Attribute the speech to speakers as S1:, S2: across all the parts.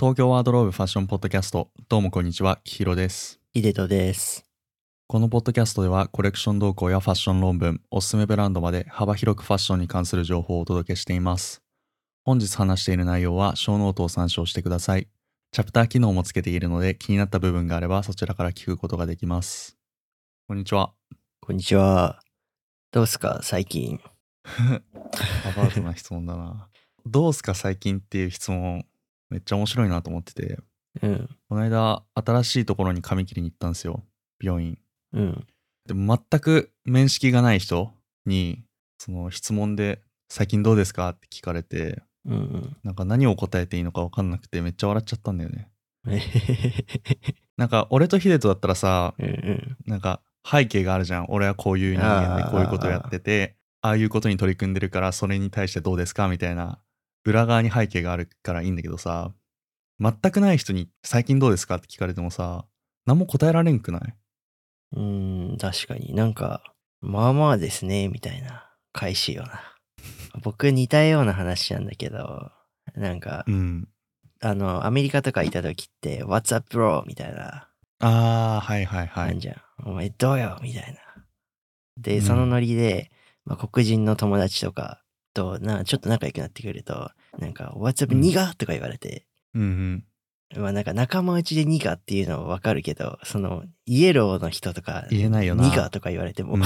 S1: 東京ワードローブファッションポッドキャストどうもこんにちはきひろです
S2: ヒデトです。
S1: このポッドキャストではコレクション動向やファッション論文おすすめブランドまで幅広くファッションに関する情報をお届けしています本日話している内容は小ノートを参照してくださいチャプター機能もつけているので気になった部分があればそちらから聞くことができますこんにちは
S2: こんにちは。どうすか最近。
S1: アバウトな質問だな どうすか最近っていう質問めっちゃ面白いなと思ってて
S2: うん。
S1: この間新しいところに髪切りに行ったんですよ病院
S2: うん。
S1: でも全く面識がない人にその質問で「最近どうですか?」って聞かれて
S2: うんうん。
S1: なんか何を答えていいのか分かんなくてめっちゃ笑っちゃったんだよね
S2: うん
S1: なんか俺とヒデトだったらさ
S2: うん。
S1: なんか背景があるじゃん俺はこういう人間で
S2: あー
S1: こういうことをやっててああいうことに取り組んでるからそれに対してどうですかみたいな裏側に背景があるからいいんだけどさ全くない人に「最近どうですか?」って聞かれてもさ何も答えられんくない
S2: うん、確かになんか、まあまあですね、みたいな返しよな。僕似たような話なんだけど、なんか
S1: う、ん
S2: あの、アメリカとかいた時って、What's up, bro? みたいな、
S1: ああはいはい
S2: あ
S1: はい
S2: んじゃん。お前どうよみたいな。
S1: う
S2: で、
S1: ん
S2: そのノリで、まあ、黒人の友達とかとな、ちょっと仲良くなってくると、なんか、What's up,
S1: うん
S2: ニガーとか言われて、
S1: うんうん
S2: まあなんか仲間内でニガーっていうのはわかるけど、そのイエローの人とか、
S1: 言えないよな
S2: ニガーとか言われても、
S1: うん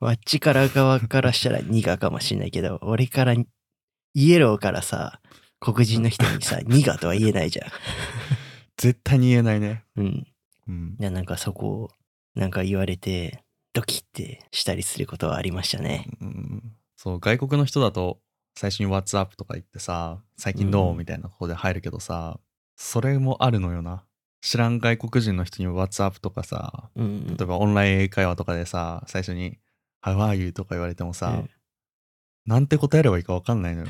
S2: あっちから側からしたらニガーかもしれないけど、俺から、イエローからさ、黒人の人に さ、ニガーとは言えないじゃ
S1: 絶対に言えないね。
S2: ん。うん。
S1: うん
S2: い、や、なんかそこを、なんか言われて、ドキってしたりすることはありましたね。
S1: そう外国の人だと最初に「WhatsApp」とか言ってさ「最近どう?」
S2: うん
S1: みたいなことで入るけどさそれもあるのよな。知らん外国人の人に WhatsApp とかさ
S2: うんう
S1: 例
S2: ん
S1: え。ばオンライン英会話とかでさ最初に「How are you?」とか言われてもさ、
S2: うん
S1: なんて答えればいいか分かんないのよ。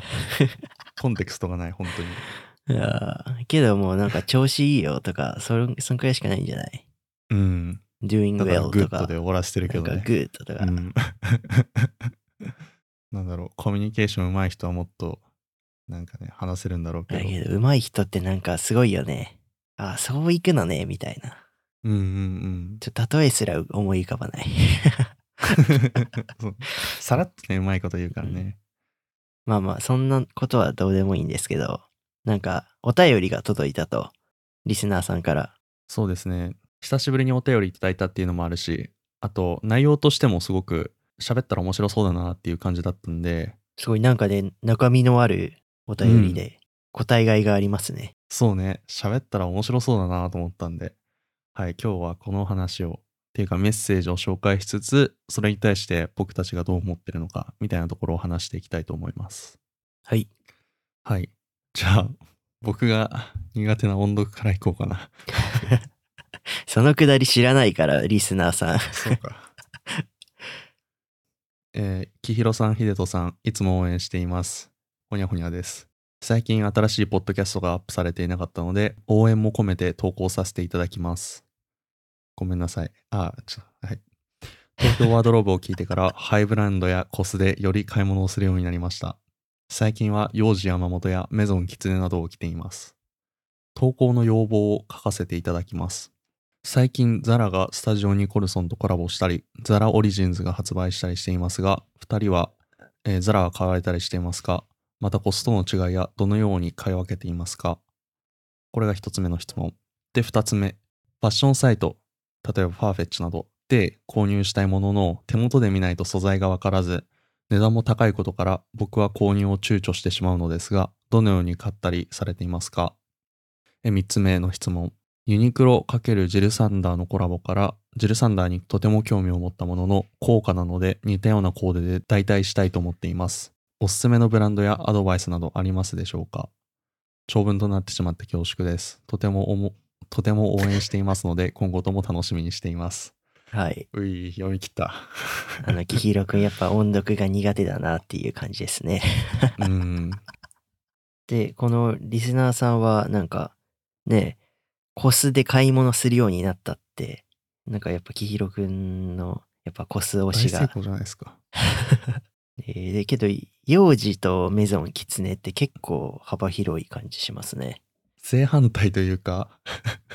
S1: コンテクストがない本当に。
S2: いやーけどもうなんか調子いいよとか、それそんくらいしかないんじゃない
S1: うん。
S2: ?doing
S1: だから
S2: well
S1: グッ
S2: と
S1: ド
S2: か、
S1: で終わらせてるけ
S2: なん
S1: ど
S2: か
S1: ね。
S2: グッドとか
S1: う。んなん だろうコミュニケーション上手い人はもっとなんかね話せるんだろうけ
S2: だ
S1: ど
S2: けど、上手い人ってなんかすごいよね。ああ、そう行くのね、みたいな。
S1: うんうんうん
S2: ちょっと例えすら思い浮かばない。
S1: そうさらっとねうまいこと言うからね、
S2: まあまあ、そんなことはどうでもいいんですけど、なんか、お便りが届いたと、リスナーさんから。
S1: そうですね久しぶりにお便りいただいたっていうのもあるしあと内容としてもすごく喋ったら面白そうだなっていう感じだったんです
S2: ごいなんかね、中身のあるお便りで、答えがいがありますね。
S1: そうね喋ったら面白そうだなと思ったんではい今日はこの話をっていうかメッセージを紹介しつつそれに対して僕たちがどう思ってるのかみたいなところを話していきたいと思います
S2: はい。
S1: はい。じゃあ、僕が苦手な音読からいこうかな。
S2: そのくだり知らないから、リスナーさん。
S1: そうか。えー、きひろさん、ひでとさん、いつも応援しています。ほにゃほにゃです。最近新しいポッドキャストがアップされていなかったので、応援も込めて投稿させていただきます。ごめんなさい。あ、ちょ、はい。東京ワードローブを聞いてから、ハイブランドやコスでより買い物をするようになりました。最近は幼児山本やメゾンキツネなどを着ています。投稿の要望を書かせていただきます。最近ザラがスタジオニコルソンとコラボしたり、ザラオリジンズが発売したりしていますが、2人は、えーザラは買われたりしていますかまたコストの違いやどのように買い分けていますかこれが1つ目の質問。で、2つ目。ファッションサイト、例えばファーフェッチなどで購入したいものの手元で見ないと素材がわからず、値段も高いことから僕は購入を躊躇してしまうのですが、どのように買ったりされていますかえ ?3 つ目の質問。ユニクロ×ジルサンダーのコラボから、ジルサンダーにとても興味を持ったものの、高価なので似たようなコーデで代替したいと思っています。おすすめのブランドやアドバイスなどありますでしょうか長文となってしまって恐縮です。とてもおも、とても応援していますので、今後とも楽しみにしています。
S2: はい。
S1: うい、読み切った。
S2: あの、きひろくん、やっぱ音読が苦手だなっていう感じですね。
S1: うん。
S2: で、このリスナーさんは、なんか、ね、コスで買い物するようになったって、なんかやっぱ、きひろくんの、やっぱコス推
S1: 大
S2: し
S1: 成
S2: が。
S1: 功じゃないですか。
S2: えーで、けど、幼児とメゾン、キツネって結構幅広い感じしますね。
S1: 正反対というか、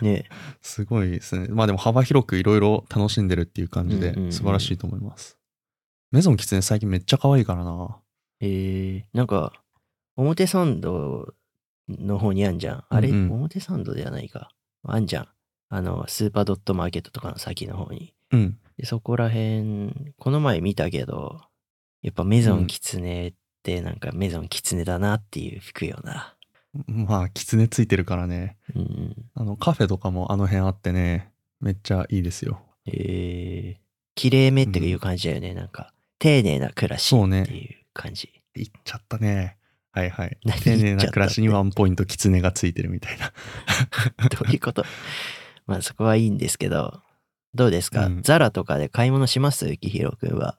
S2: ね
S1: すごいですね。まあでも幅広くいろいろ楽しんでるっていう感じで
S2: うんうんうん
S1: 素晴らしいと思います。メゾンキツネ最近めっちゃ可愛いからな。
S2: えー、なんか、表参道の方にあんじゃん。あれ、
S1: うんうん
S2: 表参道ではないか。あんじゃん。あの、スーパードットマーケットとかの先の方に。
S1: うん。
S2: でそこら辺、この前見たけど、やっぱメゾンキツネってなんかメゾンキツネだなっていう服よな。
S1: まあキツネついてるからね。
S2: うんうん。
S1: あのカフェとかもあの辺あってね、めっちゃいいですよ。
S2: えー、綺麗めっていう感じだよね。なんか、丁寧な暮らし
S1: そう
S2: っ
S1: ね
S2: ていう感じ。
S1: 行っちゃったね。はいはい。
S2: 何
S1: 丁寧
S2: 言っ
S1: な
S2: ちゃった
S1: 暮らしにワンポイントキツネがついてるみたいな。
S2: どういうことまあそこはいいんですけど、どうですか、
S1: うん
S2: ザラとかで買い物しますきひろくんは。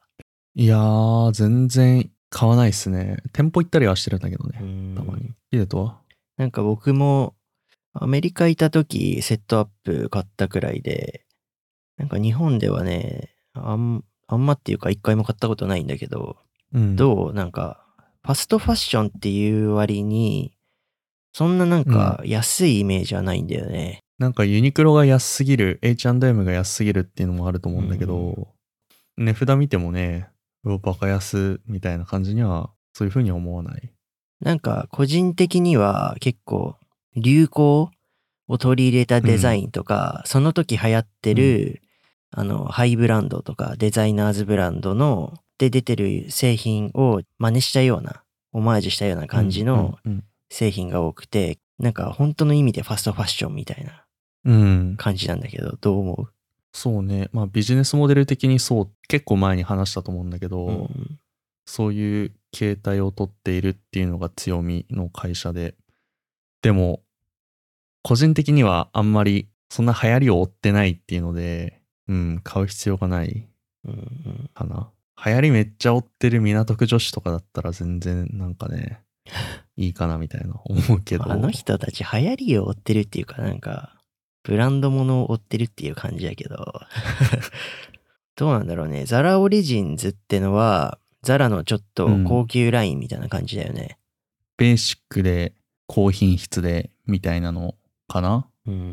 S1: いやー、全然買わないっすね。店舗行ったりはしてるんだけど
S2: う
S1: ね。
S2: ん
S1: たまに。ヒデとは
S2: なんか僕もアメリカいた時セットアップ買ったくらいで、なんか日本ではね、あんあんまっていうか一回も買ったことないんだけど、
S1: うん。
S2: どうなんか、ファストファッションっていう割に、そんななんか安いイメージはないんだよね。
S1: なんかユニクロが安すぎる、H&M が安すぎるっていうのもあると思うんだけど、値札見てもね、うわバカ安みたいな感じには、そういうふうには思わない。
S2: なんか個人的には結構流行を取り入れたデザインとか、その時流行ってる、あのハイブランドとかデザイナーズブランドので出てる製品を真似したようなオマージュしたような感じの
S1: うん。
S2: 製品が多くて、なんか本当の意味でファストファッションみたいな
S1: うん、うん
S2: 感じなんだけどどう思
S1: そうね。まあビジネスモデル的にそう、結構前に話したと思うんだけど、
S2: う、うん
S1: そういう形態をとっているっていうのが強みの会社で。でも、個人的にはあんまりそんな流行りを追ってないっていうので、うん、買う必要がない
S2: うんうん、
S1: かな。流行りめっちゃ追ってる港区女子とかだったら全然なんか ね、いいかなみたいな思うけど。
S2: あの人たち流行りを追ってるっていうかなんかブランドものを追ってるっていう感じやけ どどうなんだろうねザラオリジンズってのはザラのちょっと高級ラインみたいな感じだよね
S1: ベーシックで高品質でみたいなのかな
S2: うん、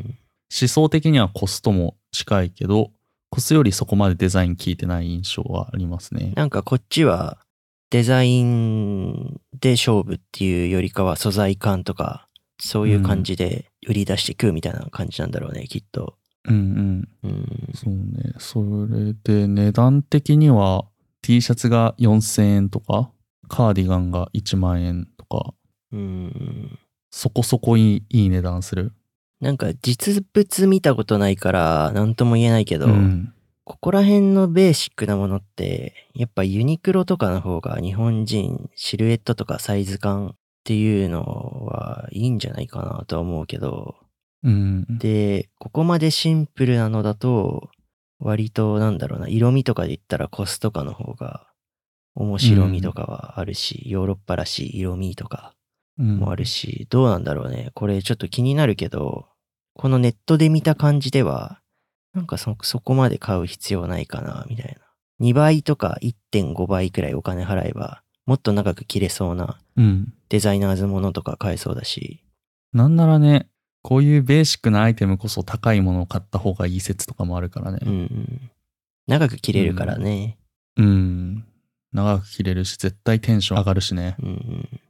S1: 思想的にはコストも近いけど、コスよりそこまでデザイン効いてない印象はありますね。
S2: なんかこっちはデザインで勝負っていうよりかは素材感とかそういう感じで売り出していくみたいな感じなんだろうね、きっと
S1: うんうん。
S2: うん
S1: そうね。それで値段的には T シャツが4000円とか、カーディガンが1万円とか、
S2: うん
S1: そこそこいいいい値段する。
S2: なんか実物見たことないから何とも言えないけど、
S1: うん。
S2: ここら辺のベーシックなものって、やっぱユニクロとかの方が日本人シルエットとかサイズ感っていうのはいいんじゃないかなとは思うけど、
S1: うん。
S2: で、ここまでシンプルなのだと、割となんだろうな、色味とかで言ったらコスとかの方が面白みとかはあるし、ヨーロッパらしい色味とか
S1: うん
S2: もあるし、どうなんだろうね。これちょっと気になるけど、このネットで見た感じでは、なんかそ、そこまで買う必要ないかな、みたいな。2倍とか1.5倍くらいお金払えば、もっと長く着れそうな
S1: うん。
S2: デザイナーズものとか買えそうだし。
S1: なんならね、こういうベーシックなアイテムこそ高いものを買った方がいい説とかもあるから
S2: うんう
S1: ね。
S2: ん。長く着れるからね。
S1: うん。長く着れるし、絶対テンション上がるしね。
S2: うんうん。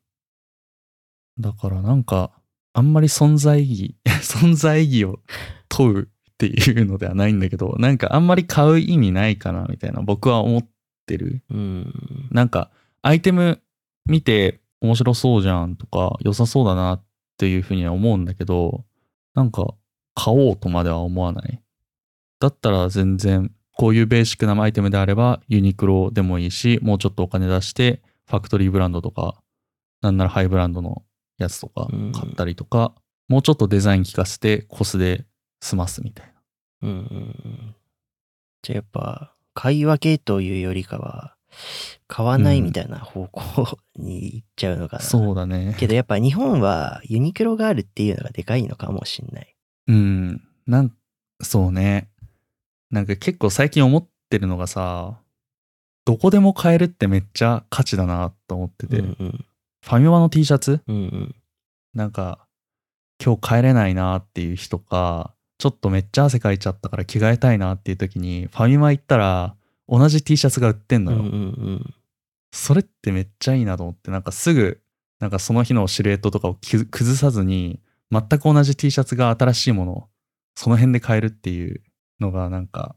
S1: だからなんか、あんまり存在意義、 存在意義を問うっていうのではないんだけど、なんかあんまり買う意味ないかなみたいな、僕は思ってる。
S2: うん。
S1: なんか、アイテム見て面白そうじゃんとか、良さそうだなっていうふうには思うんだけど、なんか、買おうとまでは思わない。だったら全然、こういうベーシックなアイテムであれば、ユニクロでもいいし、もうちょっとお金出して、ファクトリーブランドとか、なんならハイブランドのやつとか
S2: うん
S1: 買ったりとか、もうちょっとデザイン効かせて、コスで済ますみたいな。
S2: うんうんうん。じゃあやっぱ、買い分けというよりかは、買わないみたいな方向に行っちゃうのかな。
S1: そうだね。
S2: けどやっぱ日本はユニクロがあるっていうのがでかいのかもしんない。
S1: うん。なん、そうね。なんか結構最近思ってるのがさ、どこでも買えるってめっちゃ価値だなと思ってて、
S2: うん
S1: フ
S2: うん
S1: ァミマの T シャツ
S2: うんうん
S1: なんか、今日帰れないなっていう日とかちょっとめっちゃ汗かいちゃったから着替えたいなっていう時にファミマ行ったら同じ T シャツが売ってんの
S2: うん
S1: よ、
S2: うんうん。
S1: それってめっちゃいいなと思ってなんかすぐなんかその日のシルエットとかをき崩さずに全く同じ T シャツが新しいものをその辺で買えるっていうのがなんか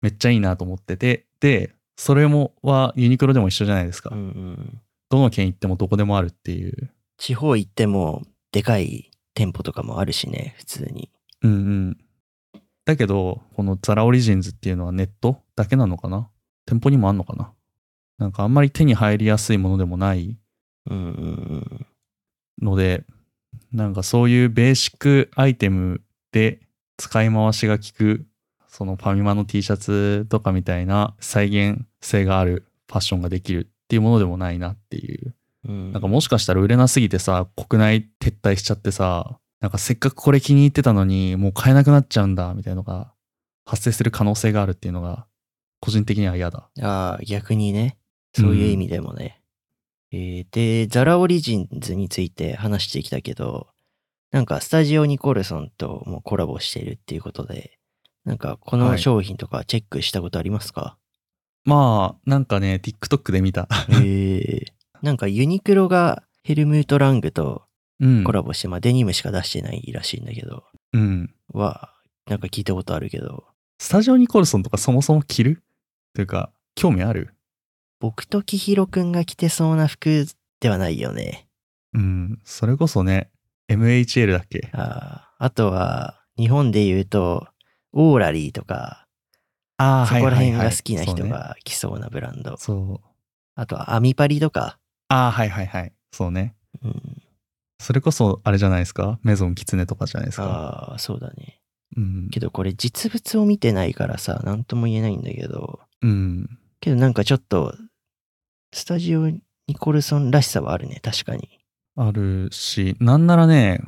S1: めっちゃいいなと思っててでそれもはユニクロでも一緒じゃないですか、
S2: うんうん、
S1: どの県行ってもどこでもあるっていう
S2: 地方行っても、でかい店舗とかもあるしね、普通に。
S1: うんうんだけどこのザラオリジンズっていうのはネットだけなのかな店舗にもあんのかななんかあんまり手に入りやすいものでもない
S2: うんうんうん。
S1: のでなんかそういうベーシックアイテムで使い回しが効くそのファミマの T シャツとかみたいな再現性があるファッションができるっていうものでもないなっていう
S2: うん、
S1: なんかもしかしたら売れなすぎてさ国内撤退しちゃってさなんかせっかくこれ気に入ってたのにもう買えなくなっちゃうんだみたいなのが発生する可能性があるっていうのが個人的には嫌だ
S2: ああ、逆にね。そういう意味でもね。えーで、ザラオリジンズについて話してきたけど、なんかスタジオニコルソンともコラボしてるっていうことで、なんかこの
S1: はい
S2: 商品とかチェックしたことありますか、
S1: まあなんかね TikTok で見た
S2: ええなんかユニクロがヘルムート・ラングと
S1: うん
S2: コラボして、まあデニムしか出してないらしいんだけど、
S1: うん
S2: は、なんか聞いたことあるけど、
S1: スタジオニコルソンとかそもそも着るというか、興味ある
S2: 僕とキヒロくんが着てそうな服ではないよね。
S1: うん、それこそね、MHL だっけ
S2: あーあとは、日本で言うと、オーラリーとか、
S1: あ
S2: そこら辺が好きな人。が来そうなブランド。
S1: そう,、そう。
S2: あとはアミパリとか、
S1: ああ、はいはいはい。そうね。
S2: うん、
S1: それこそ、あれじゃないですかメゾンキツネとかじゃないですか。
S2: ああ、そうだね。
S1: うん。
S2: けどこれ実物を見てないからさ、なんとも言えないんだけど、
S1: うん。
S2: けどなんかちょっと、スタジオニコルソンらしさはあるね、確かに。
S1: あるし、なんならね、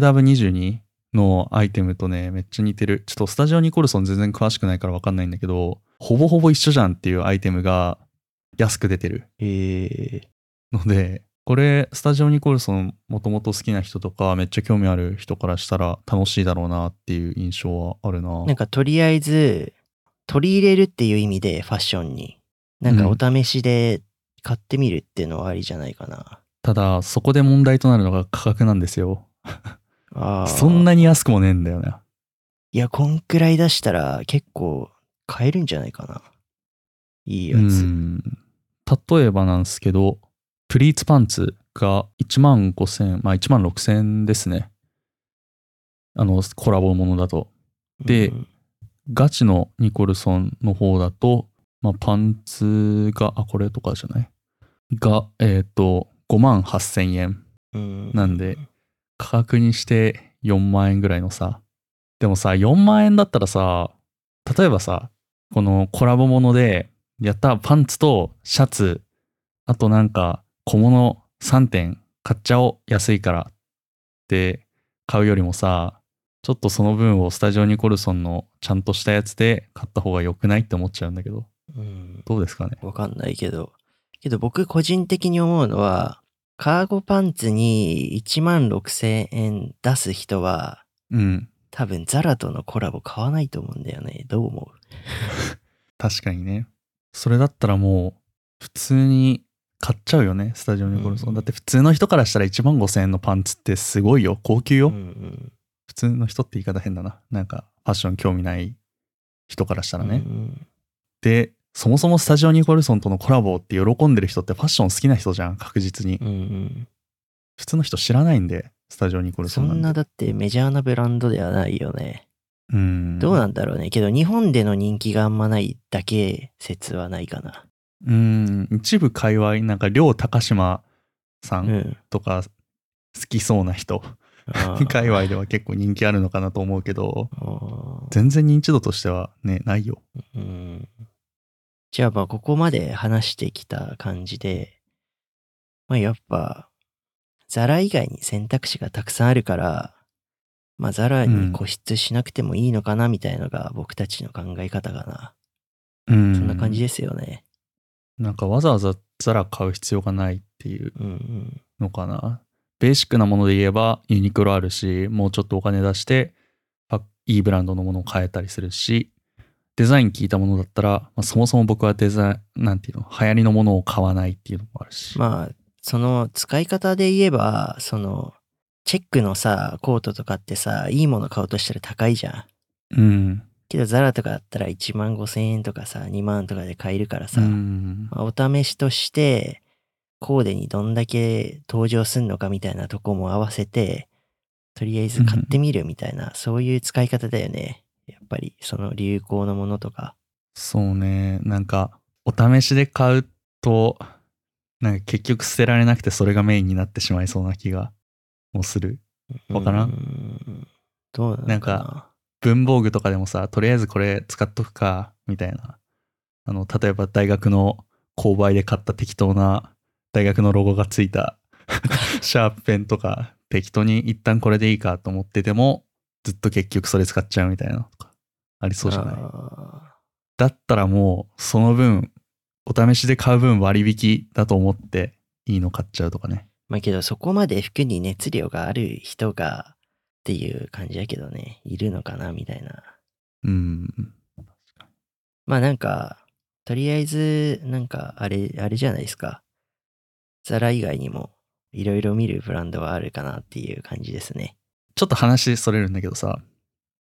S1: AW22 のアイテムとね、めっちゃ似てる。ちょっとスタジオニコルソン全然詳しくないからわかんないんだけど、ほぼほぼ一緒じゃんっていうアイテムが安く出てる。
S2: ええ
S1: のでこれスタジオニコルソンもともと好きな人とかめっちゃ興味ある人からしたら楽しいだろうなっていう印象はあるな
S2: なんかとりあえず、取り入れるっていう意味でファッションに、なんかお試しで買ってみるっていうのはありじゃないかな。
S1: ただそこで問題となるのが価格なんですよ
S2: ああ。
S1: そんなに安くもねえんだよね
S2: いや、こんくらい出したら結構買えるんじゃないかな。いいや
S1: う
S2: つ。
S1: ん例えばなんですけどプリーツパンツが1万5000まあ1万6000ですねあのコラボものだとで
S2: うん
S1: ガチのニコルソンの方だと、まあ、パンツが、あ、これとかじゃないが、えっ、と、5万8000円。
S2: うん、
S1: なんで、価格にして4万円ぐらいのさ。でもさ、4万円だったらさ、例えばさ、このコラボもので、やったパンツとシャツ、あとなんか小物3点買っちゃおう、安いからって買うよりもさ、ちょっとその分をスタジオニコルソンのちゃんとしたやつで買った方が良くないって思っちゃうんだけど、
S2: うん
S1: どうですかね
S2: わかんないけど。けど僕個人的に思うのは、カーゴパンツに1万6000円出す人は、
S1: うん。
S2: 多分ザラとのコラボ買わないと思うんだよね。どう思
S1: 確かにね。それだったらもう、普通に買っちゃうよね、スタジオニコルソン。
S2: うん
S1: だって普通の人からしたら1万5千円のパンツってすごいよ。高級
S2: う
S1: よ。
S2: うんうん
S1: 普通の人って言い方変だな。なんか、ファッション興味ない人からしたらね。
S2: うん
S1: で、そもそもスタジオニコルソンとのコラボって喜んでる人ってファッション好きな人じゃん、確実に
S2: う。んうん
S1: 普通の人知らないんで、スタジオニコルソ
S2: そ
S1: ンなん
S2: ん
S1: て
S2: なだってメジャーなブランドではないよね。
S1: うん。
S2: どうなんだろうね。けど日本での人気があんまないだけ説はないかな。
S1: うん。一部界隈、なんか、両高島さ
S2: うんん。
S1: とか、好きそうな人
S2: あー
S1: 界隈では結構人気あるのかなと思うけど
S2: あー
S1: 全然認知度としてはねないよ
S2: うんじゃあまあここまで話してきた感じで、まあやっぱ、ザラ以外に選択肢がたくさんあるから、まあザラに固執しなくてもいいのかなみたいのが僕たちの考え方かな。
S1: うん
S2: そんな感じですよね。
S1: なんかわざわざザラ買う必要がないっていう
S2: うん
S1: のかなベーシックなもので言えばユニクロあるし、もうちょっとお金出して、パいいブランドのものを買えたりするし、デザイン聞いたものだったら、まあ、そもそも僕はデザイン、なんていうの、流行りのものを買わないっていうのもあるし。
S2: まあ、その使い方で言えば、その、チェックのさ、コートとかってさ、いいもの買おうとしたら高いじゃん。
S1: うん。
S2: けど、ザラとかだったら1万5千円とかさ、2万とかで買えるからさ、
S1: うん
S2: まあお試しとして、コーデにどんだけ登場すんのかみたいなとこも合わせて、とりあえず買ってみるみたいな、そういう使い方だよね。やっぱり、その流行のものとか。
S1: そうね。なんか、お試しで買うと、なんか結局捨てられなくてそれがメインになってしまいそうな気がもうする。わからん
S2: ん。どうなのかな
S1: なんか文房具とかでもさ、とりあえずこれ使っとくか、みたいな。あの、例えば大学の購買で買った適当な大学のロゴがついた シャープペンとか、適当に一旦これでいいかと思ってても、ずっと結局それ使っちゃうみたいなのとか、ありそうじゃない
S2: あ
S1: だったらもうその分お試しで買う分割引だと思っていいの買っちゃうとかね
S2: ーまあけど、そこまで服に熱量がある人が、っていう感じやけどね、いるのかなみたいな。
S1: うん
S2: まあなんか、とりあえず、なんか、あれ、あれじゃないですか。ザラ以外にも、いろいろ見るブランドはあるかなっていう感じですね。
S1: ちょっと話それるんだけどさ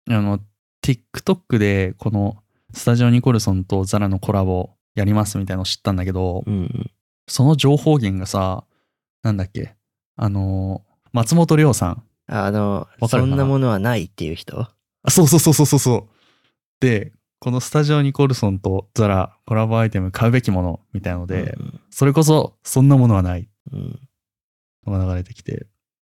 S1: あの TikTok でこのスタジオニコルソンとザラのコラボやりますみたいなの知ったんだけど、
S2: うん。
S1: その情報源がさなんだっけあの松本涼さん
S2: あの、
S1: わかる
S2: そ
S1: かなん
S2: なものはないっていう人
S1: あそうそうそうそうそうそうでこのスタジオニコルソンとザラコラボアイテム買うべきものみたいので、
S2: うん
S1: それこそそんなものはない
S2: うん。
S1: のが流れてきて、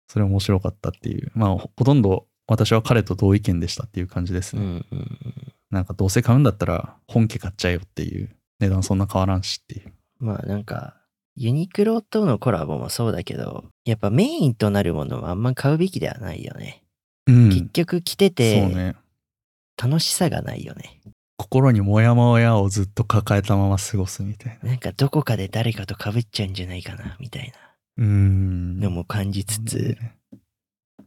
S1: それ面白かったっていう。まあ、ほほとんど私は彼と同意見でしたっていう感じです
S2: うん。う
S1: ね。
S2: んうん。
S1: なんかどうせ買うんだったら本家買っちゃえよっていう。値段そんな変わらんしっていう。
S2: まあなんか、ユニクロとのコラボもそうだけど、やっぱメインとなるものはあんま買うべきではないよね。
S1: うん
S2: 結局着て
S1: そう
S2: て、
S1: ね。
S2: 楽しさがないよね。
S1: 心にモヤモヤをずっと抱えたまま過ごすみたいな。
S2: なんかどこかで誰かと被っちゃうんじゃないかな、みたい
S1: うん。
S2: なのも感じつつ、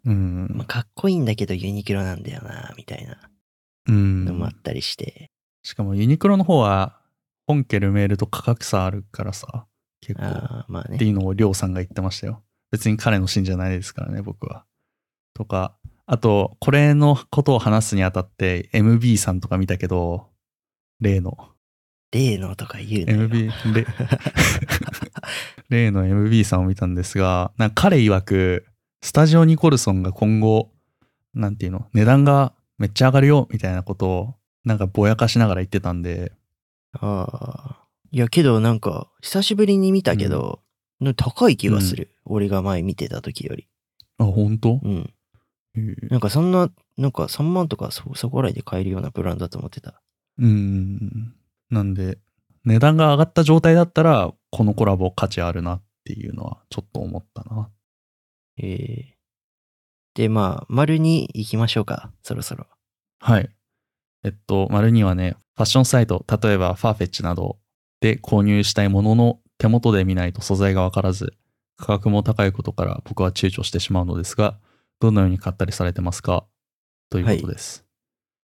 S1: うん。
S2: まあ、かっこいいんだけどユニクロなんだよな、みたいな
S1: うん。
S2: のもあったりして。
S1: しかもユニクロの方は本家ルメールと価格差あるからさ、結構。
S2: ああ、まあ
S1: って
S2: ね。
S1: いうのをりょうさんが言ってましたよ。別に彼のシーンじゃないですからね、僕は。とか、あと、これのことを話すにあたって、MB さんとか見たけど、例の、
S2: 例のとか言うのよ。
S1: MB、れ 例の MB さんを見たんですが、なんか彼曰く、スタジオニコルソンが今後、なんていうの、値段がめっちゃ上がるよ、みたいなことを、なんかぼやかしながら言ってたんで、
S2: ああ。いや、けどなんか、久しぶりに見たけど、なんか高い気がする。俺が前見てた時より。
S1: あ、本当
S2: うん。
S1: へえ
S2: なんかそんな、なんか3万とかそそこらで買えるようなブランドだと思ってた。
S1: うん。なんで、値段が上がった状態だったら、このコラボ価値あるなっていうのはちょっと思ったな。
S2: ええで、まあ、丸に行きましょうか。そろそろ。
S1: はい。えっと、丸にはね、ファッションサイト、例えばファーフェッチなどで購入したいものの手元で見ないと素材がわからず、価格も高いことから僕は躊躇してしまうのですが、どのように買ったりされてますかということです。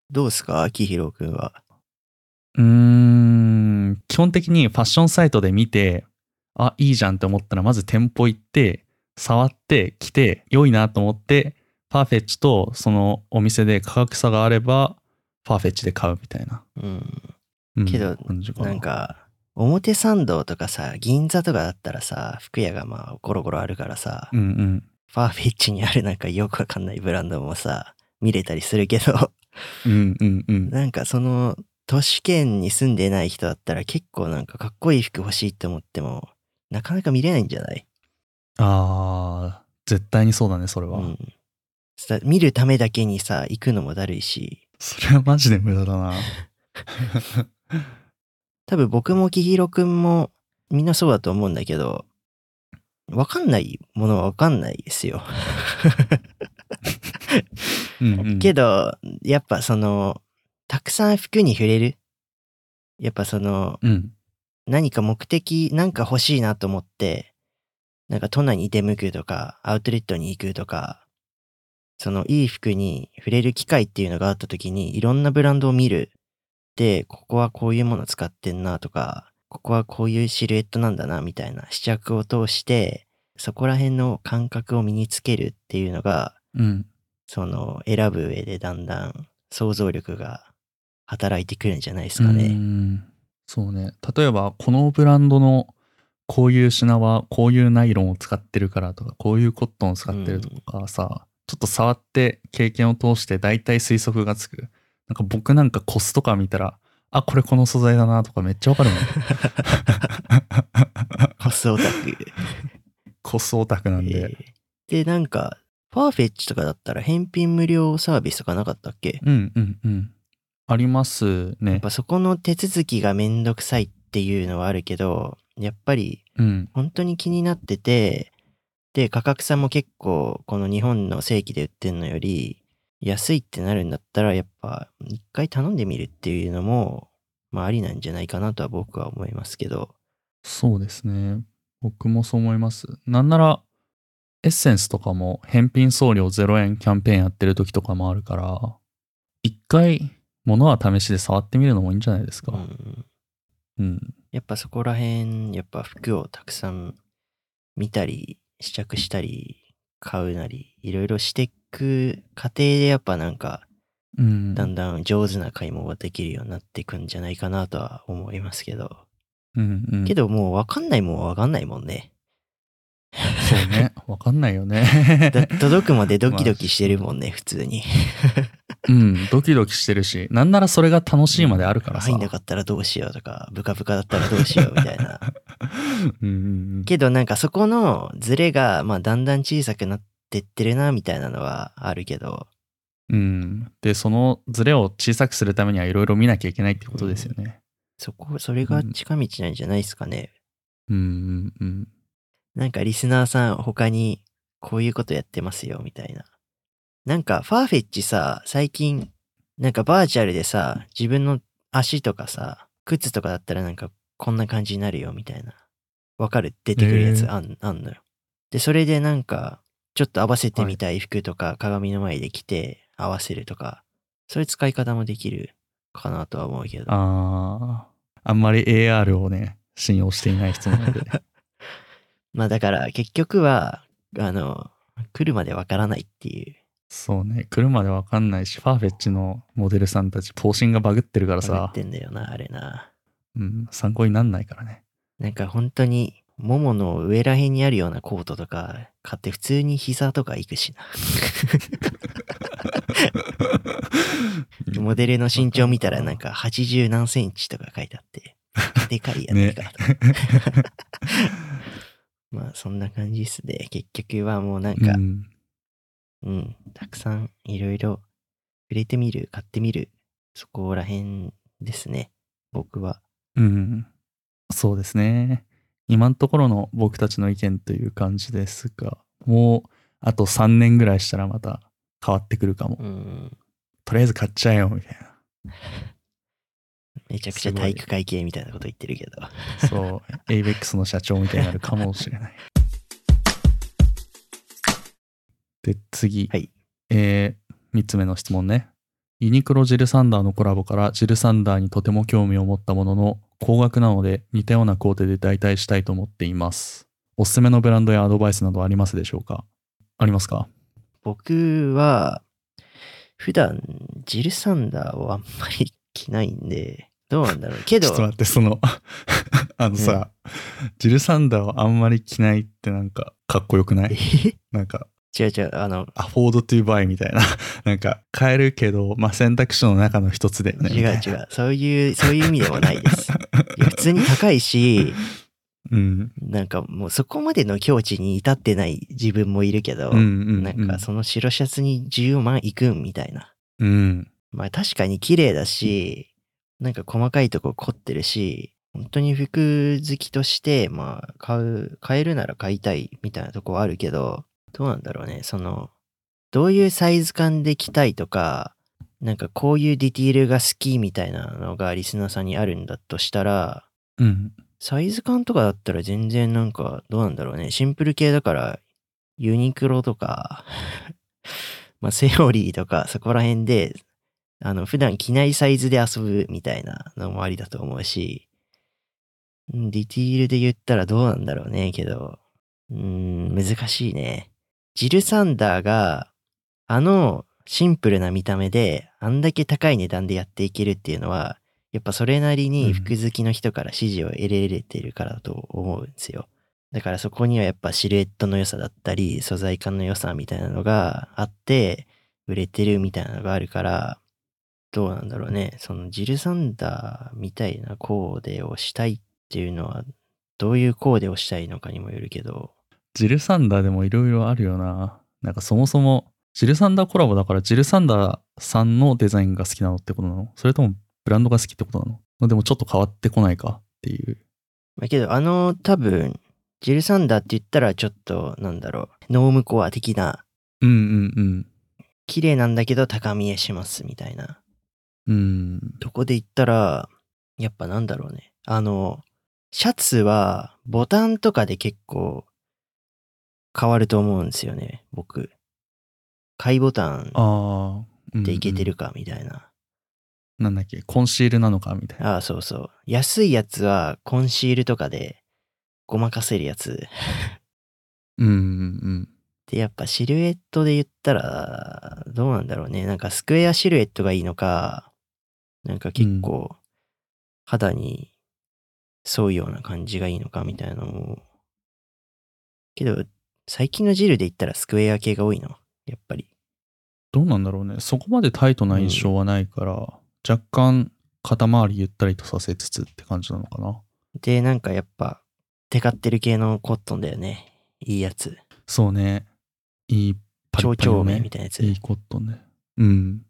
S2: どうすか秋広くんは。
S1: うーん、基本的にファッションサイトで見て、あ、いいじゃんって思ったら、まず店舗行って、触って、着て、良いなと思って、パーフェッチとそのお店で価格差があれば、パーフェッチで買うみたいな。
S2: うん。
S1: うん
S2: けど
S1: 感じか
S2: なんか、表参道とかさ、銀座とかだったらさ、服屋がまあ、ゴロゴロあるからさ、
S1: うんうん。
S2: ファーフェッチにあるなんかよくわかんないブランドもさ、見れたりするけど、
S1: うんうんうん。
S2: なんかその、都市圏に住んでない人だったら結構なんかかっこいい服欲しいって思っても、なかなか見れないんじゃない
S1: あー、絶対にそうだね、それ
S2: う
S1: は。
S2: ん。さ見るためだけにさ、行くのもだるいし、
S1: それはマジで無駄だな。
S2: 多分僕もきひろくんもみんなそうだと思うんだけど、わかんないものはわかんないですよ。
S1: うんうん、
S2: けど、やっぱその、たくさん服に触れる。やっぱその、
S1: うん。
S2: 何か目的、なんか欲しいなと思って、なんか都内に出向くとか、アウトレットに行くとか、そのいい服に触れる機会っていうのがあった時に、いろんなブランドを見る。で、ここはこういうもの使ってんなとか、ここはこういうシルエットなんだなみたいな試着を通して、そこら辺の感覚を身につけるっていうのが、
S1: うん。
S2: その選ぶ上でだんだん想像力が働いてくるんじゃないですか
S1: う
S2: ね。
S1: んそうね例えばこのブランドのこういう品はこういうナイロンを使ってるからとかこういうコットンを使ってるとかさ、ちょっと触って経験を通して大体推測がつくなんか僕なんかコスとか見たらあこれこの素材だなとかめっちゃわか るもん
S2: コスオタク。
S1: コスオタ クなんで、
S2: えーで、なんか、パーフェッチとかだったら返品無料サービスとかなかったっけ
S1: うんうんうんあります
S2: や
S1: ね
S2: っぱそこの手続きがめんどくさいっていうのはあるけど、やっぱり
S1: うん
S2: 本当に気になってて、で、価格差も結構、この日本の正規で売ってんのより、安いってなるんだったら、やっぱ、一回頼んでみるっていうのも、まあ、ありなんじゃないかなとは僕は思いますけど、
S1: そうですね。僕もそう思います。なんなら、エッセンスとかも返品送料0円キャンペーンやってる時とかもあるから、一回、物は試しで触ってみるのもいいんじゃないです
S2: う
S1: か。
S2: ん、
S1: うん。
S2: やっぱそこら辺、やっぱ服をたくさん見たり、試着したり、買うなり、いろいろしていく過程で、やっぱなんか、
S1: うん。
S2: だんだん上手な買い物ができるようになっていくんじゃないかなとは思いますけど。
S1: うんうん、
S2: けどもう分かんないもんは分かんないもんね。
S1: そうね。わかんないよね。
S2: だ届くまでドキドキしてるもんね、普通に。
S1: うん。ドキドキしてるし、なんならそれが楽しい まであるからさ。
S2: 入んなかったらどうしようとか、ブカブカだったらどうしようみた いな。
S1: うんうん
S2: けどなんかそこのズレが、まあだんだん小さくなってってるな、みたいなのはあるけど。
S1: うん。うん。で、そのズレを小さくするためにはいろいろ見なきゃいけないってことですよね。
S2: そこ、それが近道なんじゃないですかね。
S1: うんうんうん。
S2: なんかリスナーさん他にこういうことやってますよみたいな。なんかファーフェッチさ、最近なんかバーチャルでさ、自分の足とかさ、靴とかだったらなんかこんな感じになるよみたいな。わかる出てくるや
S1: へ
S2: つ
S1: ー
S2: あん,、あんのよ。で、それでなんかちょっと合わせてみたい服とか鏡の前で着て合わせるとか、そういう使い方もできるかなとは思うけど。
S1: ああ、あんまり AR をね、信用していない人なので。
S2: まあだから結局は、あの、来るまでわからないっていう。
S1: そうね、車でわかんないし、ファーフェッチのモデルさんたち、更新がバグってるから
S2: やっ
S1: さ、
S2: てんだよな、あれな。
S1: うん、参考になんないからね。
S2: なんか本当に、ももの上らへんにあるようなコートとか買って普通に膝とか行くしな。モデルの身長見たらなんか80何センチとか書いてあ って、でかいやつ か。まあそんな感じっすね。結局はもうなん
S1: う
S2: か、
S1: ん、
S2: うん、たくさんいろいろ触れてみる、買ってみる、そこら辺ですね。僕は。
S1: うん、そうですね。今のところの僕たちの意見という感じですが、もうあと3年ぐらいしたらまた変わってくるかも
S2: う。ん。
S1: とりあえず買っちゃえよ、みたいな。
S2: めちゃくちゃ
S1: すごい
S2: 体育会系みたいなこと言ってるけど。
S1: そう、ABEX の社長みたいになるかもしれない。で、次。
S2: はい
S1: え3つ目の質問ね。ユニクロ・ジルサンダーのコラボからジルサンダーにとても興味を持ったものの、高額なので似たような工程で代替したいと思っています。おすすめのブランドやアドバイスなどありますでしょうかありますか
S2: 僕は、普段、ジルサンダーをあんまり着ないんで、どうなんだろう。け
S1: ちょ
S2: ど
S1: っと、待って、その、 あのさ、ジルサンダーをあんまり着ないってなんかかっこよくない
S2: 違
S1: なんか
S2: う 違う、あの、
S1: アフォードトゥーバイみたいな。 なんか、買えるけど、まあ、選択肢の中の一つだよね。
S2: 違う違う、そういう、そういう意味でもないです。いや普通に高いし、
S1: う。うん。
S2: なんかもうそこまでの境地に至ってない自分もいるけど、
S1: うんうん、
S2: なんかその白シャツに10万いくんみたいな。
S1: うん。
S2: まあ確かに綺麗だし、なんか細かいとこ凝ってるし、本当に服好きとして、まあ買う、買えるなら買いたいみたいなとこはあるけど、どうなんだろうね、その、どういうサイズ感で着たいとか、なんかこういうディティールが好きみたいなのがリスナーさんにあるんだとしたら、
S1: うん。
S2: サイズ感とかだったら全然なんかどうなんだろうね。シンプル系だからユニクロとか まあセオリーとかそこら辺であの普段着ないサイズで遊ぶみたいなのもありだと思うし、うんディティールで言ったらどうなんだろうねけど、うーん、難しいね。ジルサンダーがあのシンプルな見た目であんだけ高い値段でやっていけるっていうのはやっぱそれなり
S1: うん
S2: に服好きの人から支持を得られてるからだと思うんですよ。だからそこにはやっぱシルエットの良さだったり、素材感の良さみたいなのがあって、売れてるみたいなのがあるから、どうなんだろうね。そのジルサンダーみたいなコーデをしたいっていうのは、どういうコーデをしたいのかにもよるけど、
S1: ジルサンダーでもいろいろあるよな。なんかそもそも、ジルサンダーコラボだから、ジルサンダーさんのデザインが好きなのってことなのそれともブランドが好きってことなのでもちょっと変わってこないかっていう。
S2: まあ、けどあの多分、ジルサンダーって言ったらちょっとなんだろう、ノームコア的な、
S1: うんうん
S2: 綺麗なんだけど高見えしますみたいな
S1: うん。うん。
S2: とこで言ったら、やっぱなんだろうね。あの、シャツはボタンとかで結構変わると思うんですよね、僕。買いボタン
S1: ああ。
S2: でいけて
S1: る。
S2: るかみたいな。
S1: なんだっけ、コンシールなのかみたいな。
S2: ああ、そうそう。安いやつはコンシールとかでごまかせるやつ。
S1: うんうんうん。
S2: で、やっぱシルエットで言ったら、どうなんだろうね。なんかスクエアシルエットがいいのか、なんか結構肌に沿うような感じがいいのかみたいなのも。けど、最近のジルで言ったらスクエア系が多いの。やっぱり。
S1: どうなんだろうね。そこまでタイトな印象はないから、若干肩周りゆったりとさせつつって感じなのかな。
S2: で、なんかやっぱ、テカってる系のコットンだよね。いいやつ。
S1: そうね。いいパリパ
S2: 蝶
S1: リの
S2: 々
S1: ね
S2: 目みたいなやつ。
S1: いいコットンね。うん。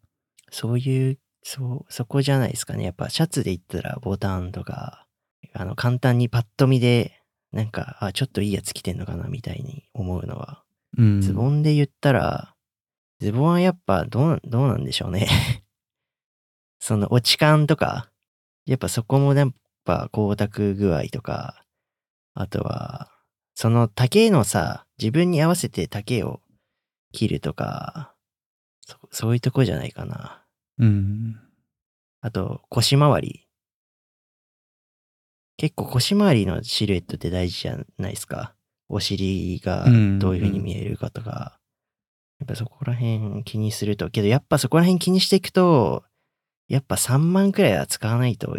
S2: そういう、そう、そこじゃないですかね。やっぱシャツで言ったらボタンとか、あの、簡単にパッと見で、なんか、あ、ちょっといいやつ着てんのかなみたいに思うのは。
S1: うん、
S2: ズボンで言ったら、ズボンはやっぱどうな、どうなんでしょうね。 その落ち感とか、やっぱそこもやっぱ光沢具合とか、あとは、その丈のさ、自分に合わせて丈を切るとか、そそういうとこじゃないかな。
S1: うん。
S2: あと、腰回り。結構腰回りのシルエットって大事じゃないですか。お尻がどういう風に見えるかとか。やっぱそこら辺気にすると。けどやっぱそこら辺気にしていくと、やっぱ3万くらいは使わないと、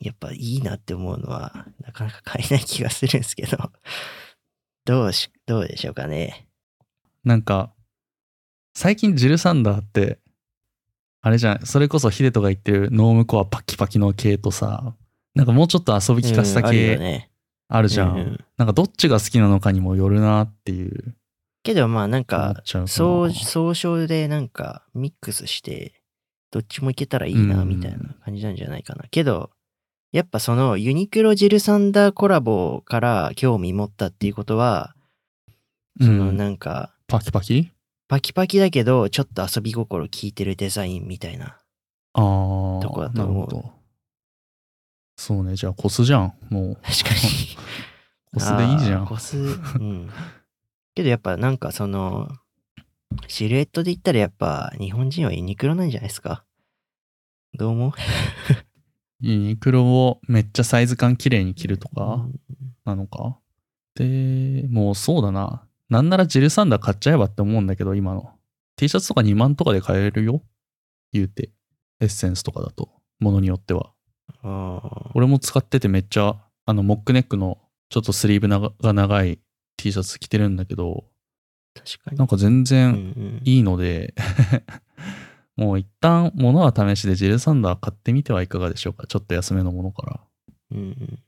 S2: やっぱいいなって思うのは、なかなか買えない気がするんですけど。どうし、どうでしょうかね。
S1: なんか、最近ジルサンダーって、あれじゃん、それこそヒデトが言ってるノームコアパキパキの系とさ、なんかもうちょっと遊び聞かせた
S2: うんあるよ
S1: 系
S2: ね。
S1: あるじゃん。
S2: うんうん
S1: なんかどっちが好きなのかにもよるなっていう。
S2: けどまあなん
S1: 思
S2: か
S1: っ、ちゃうかな
S2: そう総称でなんかミックスしてどっちもいけたらいいな
S1: うん
S2: みたいな感じなんじゃないかな、けどやっぱそのユニクロジルサンダーコラボから興味持ったっていうことは
S1: う
S2: その
S1: ん、
S2: なんか
S1: パキパキ
S2: パキパキだけどちょっと遊び心効いてるデザインみたいな
S1: ああ、
S2: とこだと思
S1: な
S2: う
S1: るほど。そうね、じゃあコスじゃん。もう、
S2: 確かに
S1: コスでいいじゃ
S2: あー
S1: ん。
S2: コスうんけどやっぱなんかそのシルエットで言ったらやっぱ日本人はユニクロなんじゃないですかどう思う
S1: ユニクロをめっちゃサイズ感綺麗に着ると
S2: う
S1: か
S2: ん
S1: なのか。で、もうそうだな。なんならジルサンダー買っちゃえばって思うんだけど、今の。T シャツとか2万とかで買えるよ。言うて。エッセンスとかだと。ものによっては。
S2: あー
S1: 俺も使っててめっちゃあのモックネックのちょっとスリーブながが長い T シャツ着てるんだけど
S2: 確かに
S1: なんか全
S2: うん
S1: 然
S2: うん
S1: いいので、 もう一旦物は試しでジルサンダー買ってみてはいかがでしょうかちょっと安めのものから
S2: うんうん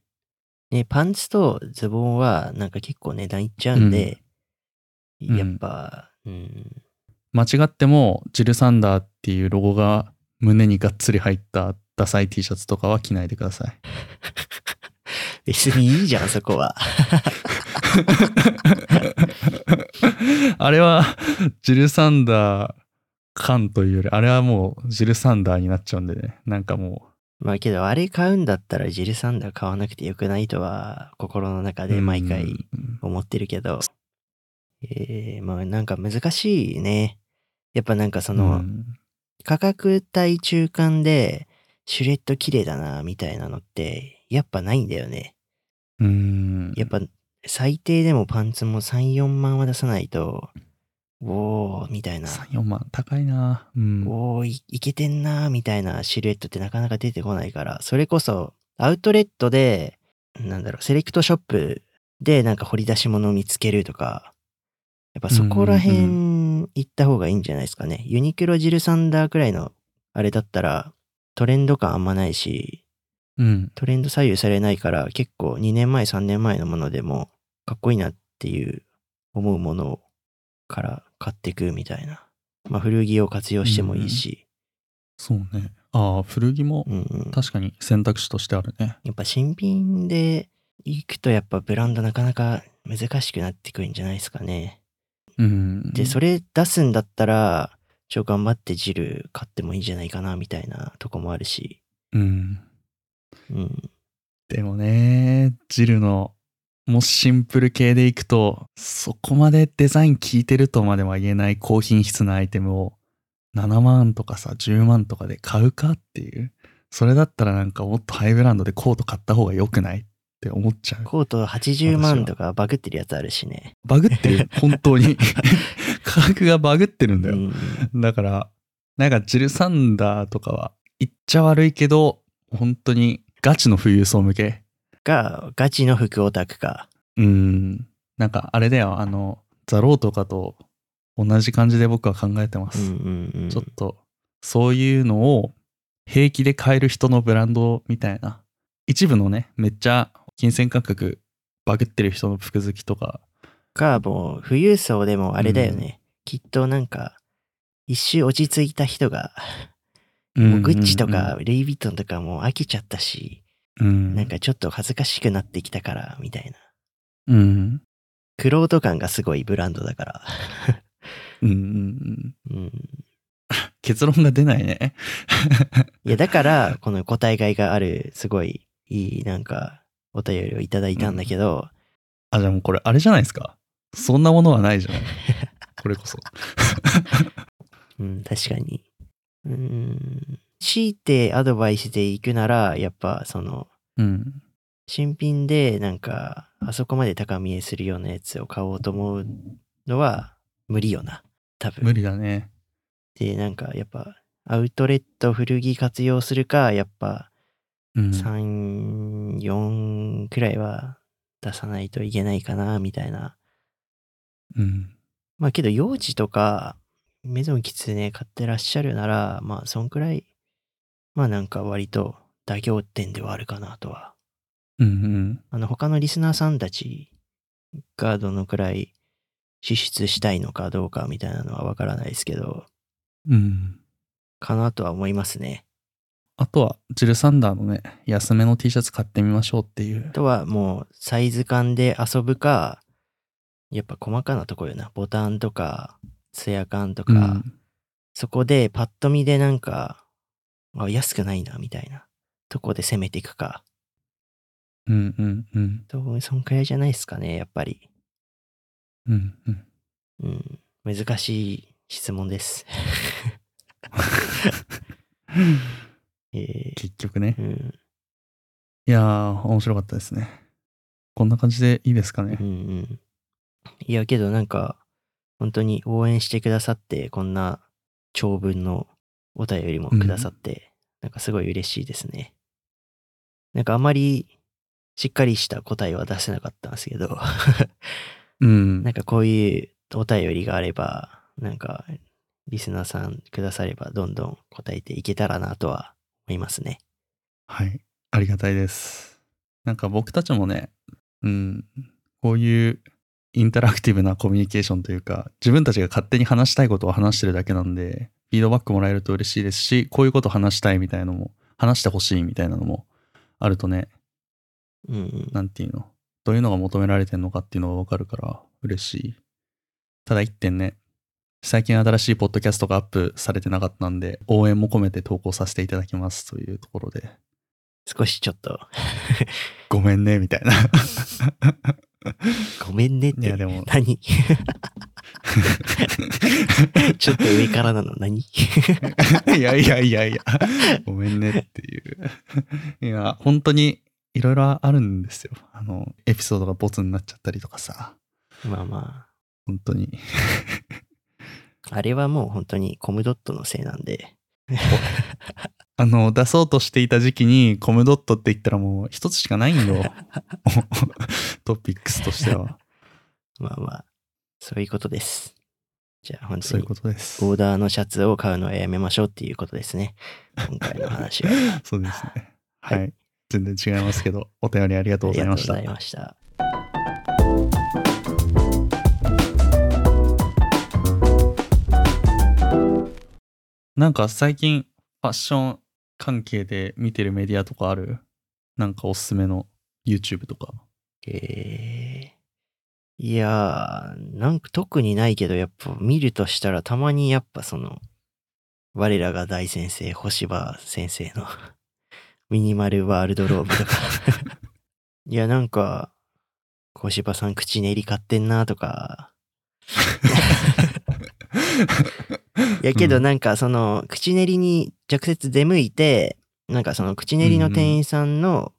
S2: ね、パンツとズボンはなんか結構値段いっちゃうんで、
S1: ん
S2: やっぱ、うん、
S1: 間違ってもジルサンダーっていうロゴが胸にがっつり入ったダサい T シャツとかは着ないでください
S2: 別にいいじゃん、そこは。
S1: あれはジルサンダー感というよりあれはもうジルサンダーになっちゃうんでねなんかもう
S2: まあけど、あれ買うんだったらジルサンダー買わなくてよくないとは、心の中で毎
S1: うん
S2: 回思ってるけど、えー、まあなんか難しいね。やっぱなんかその、
S1: うん
S2: 価格帯中間で、シュレット綺麗だな、みたいなのって、やっぱないんだよね。
S1: うん
S2: やっぱ、最低でもパンツも3、4万は出さないと、おー、みたいな。
S1: 34万高いなうん
S2: おーい、いけてんなーみたいなシルエットってなかなか出てこないから、それこそ、アウトレットで、なんだろう、セレクトショップでなんか掘り出し物を見つけるとか、やっぱそこら辺
S1: うんう
S2: 行った方がいいんじゃないですかね。ユニクロジルサンダーくらいの、あれだったら、トレンド感あんまないし、
S1: うん
S2: トレンド左右されないから、結構2年前、3年前のものでも、かっこいいなっていう思うものから買ってくみたいな。まあ、古着を活用してもいいし、
S1: そうねああ古着も
S2: うんうん、
S1: 確かに選択肢としてあるね
S2: やっぱ新品で行くとやっぱブランドなかなか難しくなってくるんじゃないですかね。
S1: うん
S2: で、そ
S1: れ
S2: れ出すんだったら、ちょ頑張ってジル買ってもいいんじゃないかなみたいなとこもあるし。
S1: うん
S2: うん。
S1: でもねジルのもうシンプル系でいくとそこまでデザイン効いてるとまでは言えない高品質なアイテムを7万とかさ10万とかで買うかっていうそれだったらなんかもっとハイブランドでコート買った方が良くないって思っちゃう
S2: コート80万とかバグってるやつあるしね。
S1: バグって る本当に価格がバグってるんだよ、
S2: うん
S1: だからなんかジルサンダーとかは言っちゃ悪いけど本当にガチの富裕層向け
S2: が、ガチの服オタクか。
S1: うん。なんかあれだよ、あの、ザローとかと同じ感じで僕は考えてま
S2: う
S1: す。
S2: んうんうん。
S1: ちょっと、そういうのを平気で買える人のブランドみたいな。一部のね、めっちゃ金銭感覚バグってる人の服好きとか、
S2: か、もう富裕層でもあれだよね。きっとなんか、一周落ち着いた人が、もうグッチとかルイ・ヴィトンとかもう飽きちゃったし、
S1: うん、うん、
S2: なんかちょっと恥ずかしくなってきたから、みたいな。
S1: うん、
S2: クロート感がすごいブランドだから。
S1: うん、うん、うん。
S2: うん。
S1: 結論が出ないね。
S2: いや、だ から、この答えがいがある、すごいいい、なんか、お便りをいただいたんだけど、
S1: あ、じゃあもうこれあれじゃないですか。そんなものはないじゃない。 これこそ。
S2: うん、確かに。うん。強いてアドバイスでいくなら、やっぱ、その、
S1: うん。
S2: 新品で、なんか、あそこまで高見えするようなやつを買おうと思うのは、無理よな。多分。
S1: 無理だね。
S2: で、なんか、やっぱ、アウトレット古着活用するか、やっぱ、
S1: うん。
S2: 3、4くらいは出さないといけないかな、みたいな。
S1: うん。
S2: まあけど、幼児とか、メゾンキツネ買ってらっしゃるなら、まあ、そんくらい、まあなんか割と妥協点ではあるかなとは。
S1: うんうん。
S2: あの、他のリスナーさんたちがどのくらい支出したいのかどうかみたいなのはわからないですけど、
S1: うん。
S2: かなとは思いますね。
S1: あとは、ジルサンダーのね、安めの T シャツ買ってみましょうっていう
S2: あ。とはもう、サイズ感で遊ぶか、やっぱ細かなとこよな。ボタンとか、ツヤ感とか、
S1: うん
S2: そこでパッと見でなんか、あ、安くないな、みたいなとこで攻めていくか。
S1: うんうんうん
S2: とそんくらいじゃないですかね、やっぱり。
S1: うんうん。
S2: うん。難しい質問です。え
S1: 結局ね
S2: ー、う。ん。
S1: いやー、面白かったですね。こんな感じでいいですかね
S2: うんう。ん。いや、けどなんか、本当に応援してくださって、こんな長文のお便りもくださって、なんかすごい嬉しいですね。なんかあまりしっかりした答えは出せなかったんですけど。
S1: うん。
S2: なんかこういうお便りがあれば、なんか、リスナーさんくだされば、どんどん答えていけたらなとは思いますね。
S1: はい。ありがたいです。なんか僕たちもね、うん、こういうインタラクティブなコミュニケーションというか、自分たちが勝手に話したいことを話してるだけなんで、フィードバックもらえると嬉しいですし、こういうこと話したいみたいなのも、話してほしいみたいなのもあるとね、
S2: うんうん。
S1: なんていうの、どういうのが求められてるのかっていうのがわかるから嬉しい。ただ一点ね、最近新しいポッドキャストがアップされてなかったんで、応援も込めて投稿させていただきますというところで、
S2: 少しちょっと、
S1: ごめんね、みたいな。
S2: ごめんねっ
S1: いや、
S2: て。
S1: でも、
S2: 何ちょっと上からなの何
S1: いやいやいやいや、 ごめんねっていう。い や、本当にいろいろあるんですよ。あの、エピソードがボツになっちゃったりとかさ、
S2: まあま
S1: 本当に。
S2: あ、あれはもう本当にコムドットのせいなんで、
S1: あの、出そうとしていた時期にコムドットって言ったらもう一つしかないんよ。 トピックスとしては。
S2: まあまあ、そういうことです。じゃあ本当
S1: そういう
S2: に、
S1: ことです。
S2: ボーダーのシャツを買うのはやめましょうっていうことですね。今回の話は。
S1: そうですね。
S2: は
S1: はいい。全然違いますけ ど、お便りありがとう
S2: あ
S1: ご
S2: り
S1: ざい
S2: がとう
S1: ま
S2: ご
S1: した
S2: ざ。いました。
S1: なんか最近、ファッション関係で見てるメディアとかあるなんかおすすめの YouTube とか。
S2: えー、いやー、なんか特にないけど、やっぱ見るとしたら、たまにやっぱその、我らが大先生、星葉先生の ミニマルワールドローブとか。 いや、なんか、星葉さん口練り買ってんなとか。いや、けどなんかその、口練りに直接出向いて、なんかその口練りの店員さんの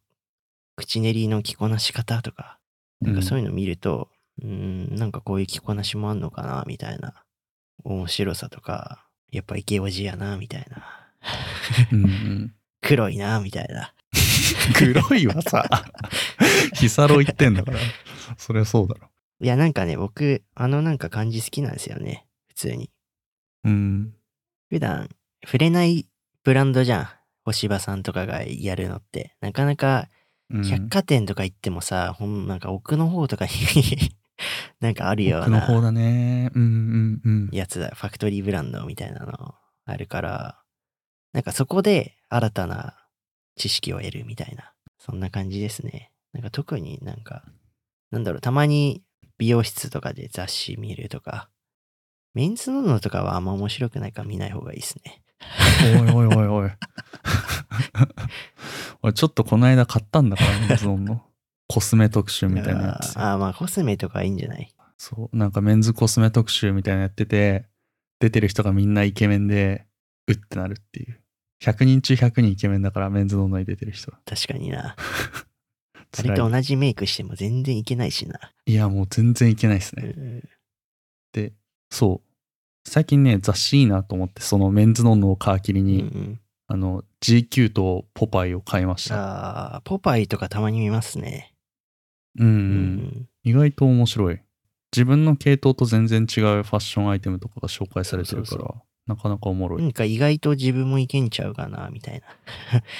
S2: 口練りの着こなし方とか、
S1: うん、
S2: なんかそう
S1: い
S2: いうの見ると、うーん、なんかこういう着こなしもあんのかな、みたいな。面白さとか、やっぱイケオジやな、みたいな。
S1: うんうん。
S2: 黒いな、みたいな。
S1: 黒いはさ、 ヒサロ言ってんだから、そりゃそうだろ。
S2: いや、なんかね、僕、あのなんか感じ好きなんですよね。普通に。
S1: うん。
S2: 普段、触れないブランドじゃん。星葉さんとかがやるのって。なかなか、
S1: うん
S2: 百貨店とか行ってもさ、ほん、なんか奥の方とかに、 なんかあるよう
S1: 奥の方
S2: な
S1: だね。うんうんうん。
S2: やつだ。ファクトリーブランドみたいなのあるから、なんかそこで新たな知識を得るみたいな。そんな感じですね。なんか特になんか、なんだろう、たまに美容室とかで雑誌見るとか、メンズノンノとかはあんま面白くないから見ない方がいいですね。
S1: おいおいおい おい。俺ちょっとこの間買ったんだから、メンズノン の。コスメ特集みたいなやつ。
S2: あーあー、まあコスメとかいいんじゃない
S1: そう、なんかメンズコスメ特集みたいなのやってて、出てる人がみんなイケメンで、うってなるっていう。100人中100人イケメンだから、メンズノンノに出てる人。
S2: 確かにな。あ
S1: 辛
S2: れ
S1: い
S2: と同じメイクしても全然いけないしな。
S1: いや、もう全然いけないですね。
S2: うん
S1: で、そう。最近ね、雑誌いいなと思って、そのメンズノンノを皮切り
S2: うんう
S1: に、
S2: ん、
S1: あの、GQ とポパイを買いました。
S2: あーポパイとかたまに見ますね。
S1: うん、
S2: う
S1: うん。意外と面白い。自分の系統と全然違うファッションアイテムとかが紹介されてる
S2: そ
S1: か
S2: うそ
S1: ら、なかなかおもろい。
S2: なんか意外と自分もいけんちゃうかな、みたいな。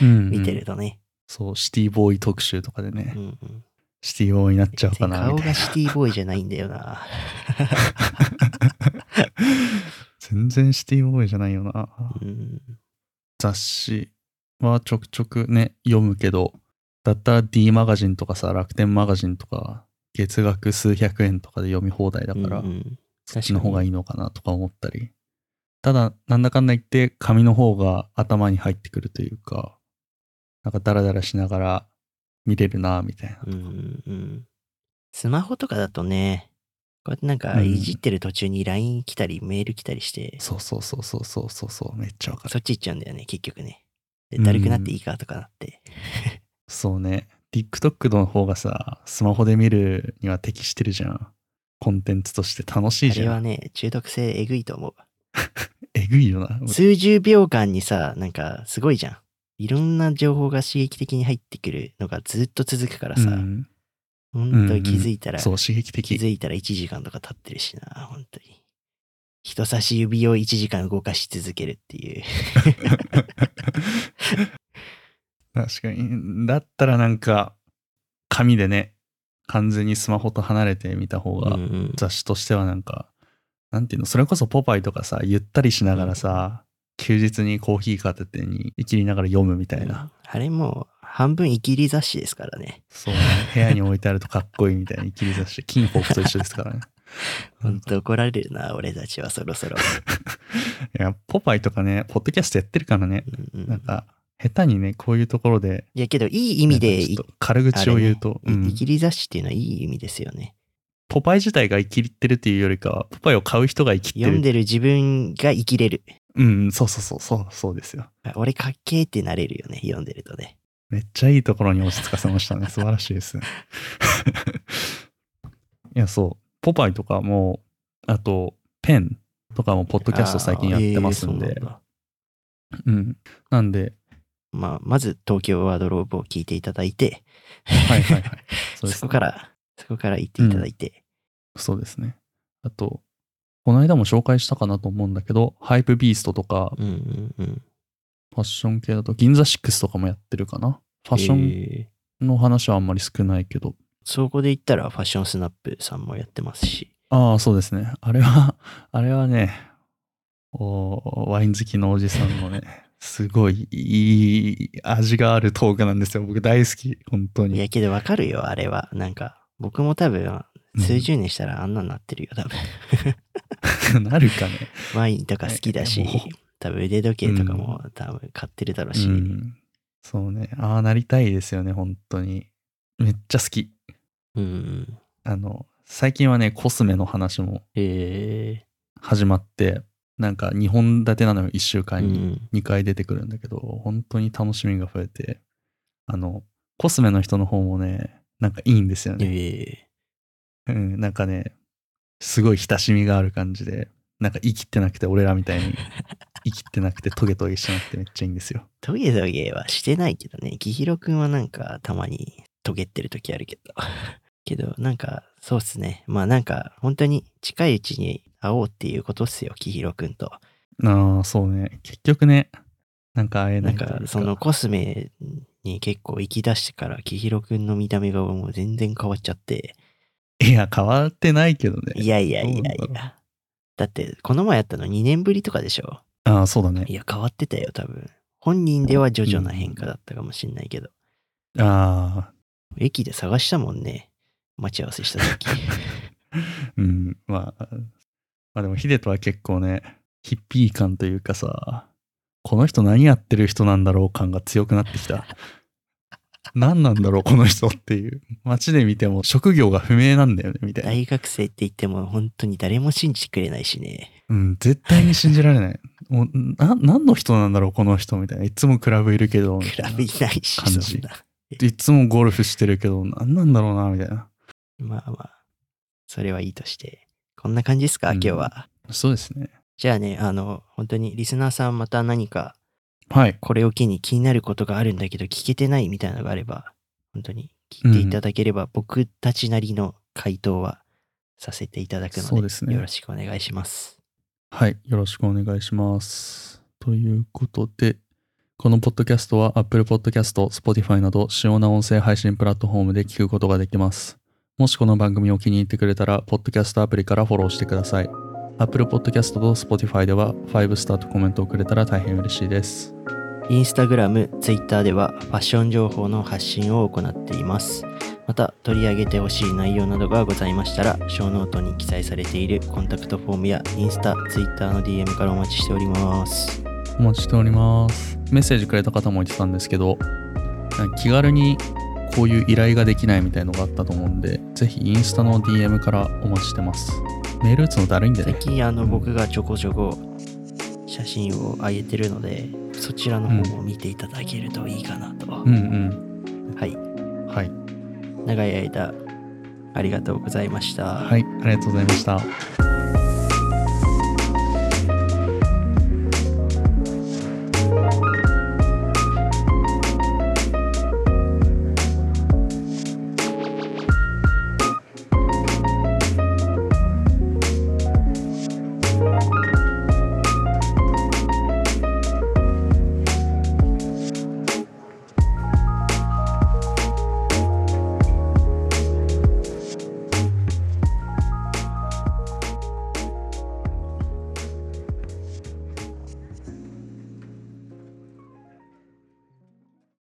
S1: うんうん
S2: 見てる とね。
S1: そう、シティボーイ特集とかでね、
S2: うんうん
S1: シティボーイになっちゃうか
S2: 全然
S1: な、
S2: 顔
S1: みたい
S2: が
S1: な。
S2: シティボーイじゃないんだよな。
S1: 全然シティボーイじゃないよな。
S2: うん、
S1: 雑誌はちょくちょくね、読むけど、だったら D マガジンとかさ、楽天マガジンとか、月額数百円とかで読み放題だから、
S2: うんうん
S1: そっちの方がいいのかなとか思ったり。ただ、なんだかんだ言って、紙の方が頭に入ってくるというか、なんかダラダラしながら見れるな、みたいな。
S2: うんうんうんスマホとかだとね、こうやってなんか
S1: うん
S2: いじってる途中に LINE 来たり、メール来たりして、
S1: そうそうそうそうそうそうそう、めっちゃわかる。
S2: そっち行っちゃうんだよね、結局ね。で
S1: うん
S2: だるくなっていいかとかなって。
S1: そうね。TikTok の方がさ、スマホで見るには適してるじゃん。コンテンツとして楽しい
S2: あ
S1: じ
S2: れ
S1: ゃ
S2: は
S1: ん。
S2: ね、中毒性えぐいと思う。
S1: えぐいよな。
S2: 数十秒間にさ、なんかすごいじゃん。いろんな情報が刺激的に入ってくるのがずっと続くから
S1: う
S2: さ、
S1: ん、
S2: ほんと気づいたら、
S1: そう、刺激
S2: 気
S1: 的。
S2: づいたら1時間とか経ってるしな、本当に。人差し指を1時間動かし続けるっていう。
S1: 確かに。だったらなんか、紙でね、完全にスマホと離れて見た方が、
S2: うんうん
S1: 雑誌としてはなんか、なんていうの、それこそポパイとかさ、ゆったりしながらさ、休日にコーヒー片手に、いきりながら読むみたいな。
S2: あれもう半分イキリ雑誌ですからね。
S1: そうね。部屋に置いてあるとかっこいいみたいな、切り出して、金箔と一緒ですからね。
S2: 本当怒られるな、俺たちはそろ そろ。
S1: いや、ポパイとかね、ポッドキャストやってるからね、
S2: うんうん
S1: なんか、下手にね、こういうところで、
S2: いやけど、いい意味で
S1: なんかち
S2: い
S1: ょっと軽口を言うと、うん
S2: いいきり雑誌っていうのはいい意味ですよね。
S1: ポパイ自体が生きってるっていうよりかは、ポパイを買う人が生きって
S2: 読ん
S1: る。
S2: でる自分が生きれる。
S1: うん、そうそうそう、そう、そうですよ。
S2: あ俺かっけーってなれるよね、読んでるとね。
S1: めっちゃいいところに落ち着かせました ね。素 晴らしいです。いや、そう。ポパイとかも、あと、ペンとかも、ポッドキャスト最近やってますん
S2: あーえ
S1: で
S2: ーそう。なんだ
S1: うん。なんで、
S2: まあ、まず東京ワードローブを聞いていただいて、
S1: はい はいはい。そう
S2: そ
S1: です
S2: こから、そこから行っていただいて。
S1: そうですね。あと、この間も紹介したかなと思うんだけど、ハイプビーストとか、
S2: うんうんうん。
S1: ファッション系だと、銀座シックスとかもやってるかな。ファッショ
S2: え
S1: ンの話はあんまり少ないけど。
S2: ーそこで言ったら、ファッションスナップさんもやってますし。
S1: ああ、そうですね。あれは、 あれはね、おワイン好きのおじさんの ね、すごいいい味があるトークなんですよ。僕大好き、本当
S2: い
S1: に。
S2: やけどわかるよ、あれは。なんか、僕も多分、数十年したらあんなになってるよ、多 分。
S1: なるかね。
S2: ワインとか好きだし
S1: ねもう、
S2: 多分腕時計とかも多分買ってるだろうし。
S1: うん。そうね。ああ、なりたいですよね、本当に。めっちゃ好き。
S2: うん。
S1: あの、最近はね、コスメの話も
S2: へえ。
S1: 始まって、なんか2本立てなのよ、1週
S2: う
S1: 間に。
S2: ん。
S1: 2回出てくるんだけど、本当に楽しみが増えて、あの、コスメの人の方もね、なんかいいんですよ
S2: へ
S1: ね。
S2: え。
S1: うん、なんかね、すごい親しみがある感じで、なんか生きってなくて、俺らみたいに生きってなくて、トゲトゲしてなくてめっちゃいいんですよ。
S2: トゲトゲはしてないけどね。ギヒロくんはなんかたまにトゲってる時あるけど。 けど、なんか、そうっすね。まあなんか、本当に近いうちに会おうっていうことっすよ、ギヒロくんと。
S1: ああ、そうね。結局ね、なんか会えな
S2: ないん
S1: という
S2: か、そのコスメに結構行き出してから、キヒロくんの見た目がもう全然変わっちゃって。
S1: いや、変わってないけどね。
S2: いやいやいやい
S1: そうなんだ
S2: や。だって、この前やったの2年ぶりとかでしょ
S1: ああ、そうだね
S2: い。や、変わってたよ、多分。本人では徐々な変化だったかもしんないけど。
S1: ああ、
S2: 駅で探したもんね。待ち合わせした時。
S1: うん、まあ、まあでもヒデとは結構ね、ヒッピー感というかさ、この人何やってる人なんだろう感が強くなってき た。何なんだろうこの人っていう。街で見ても職業が不明なんだよね、みたいな。
S2: 大学生って言っても本当に誰も信じてくれないしね。
S1: うん、絶対に信じられない。もうな何の人なんだろうこの人みたいな。いつもクラブいるけど、み
S2: 比
S1: たいな
S2: べ。いないし、
S1: 感じ
S2: そんな。
S1: いつもゴルフしてるけど、何なんだろうな、みたいな。
S2: まあまあ、それはいいとして。こんな感じですか、
S1: うん
S2: 今日は。
S1: そうですね。
S2: じゃあね、あの、本当にリスナーさんまた何か
S1: はい。
S2: これを機に気になることがあるんだけど聞けてないみたいなのがあれば、本当に聞いていただければ、僕たちなりの回答はさせていただく
S1: そう
S2: の
S1: で
S2: です
S1: ね
S2: よろしくお願いします。
S1: はい、よろしくお願いします。ということで、このポッドキャストは Apple Podcast、Spotify など主要な音声配信プラットフォームで聞くことができます。もしこの番組を気に入ってくれたら、ポッドキャストアプリからフォローしてください。Apple Podcast と Spotify では5スターとコメントをくれたら大変嬉しいです。
S2: インスタグラム、ツイッターではファッション情報の発信を行っています。また取り上げてほしい内容などがございましたら、小ノートに記載されているコンタクトフォームやインスタ、ツイッターの DM からお待ちしております。
S1: お待ちしております。メッセージくれた方もいてたんですけど、なんか気軽にこういう依頼ができないみたいのがあったと思うんで、ぜひインスタの DM からお待ちしてます。メール打つのだるいんでね
S2: 最。近あの僕がちょこちょこ写真を上げてるのでそちらの方も見ていただけるといいかなと、
S1: うん
S2: はい
S1: うん。はい。
S2: 長い間ありがとうございました、
S1: はい、ありがとうございました。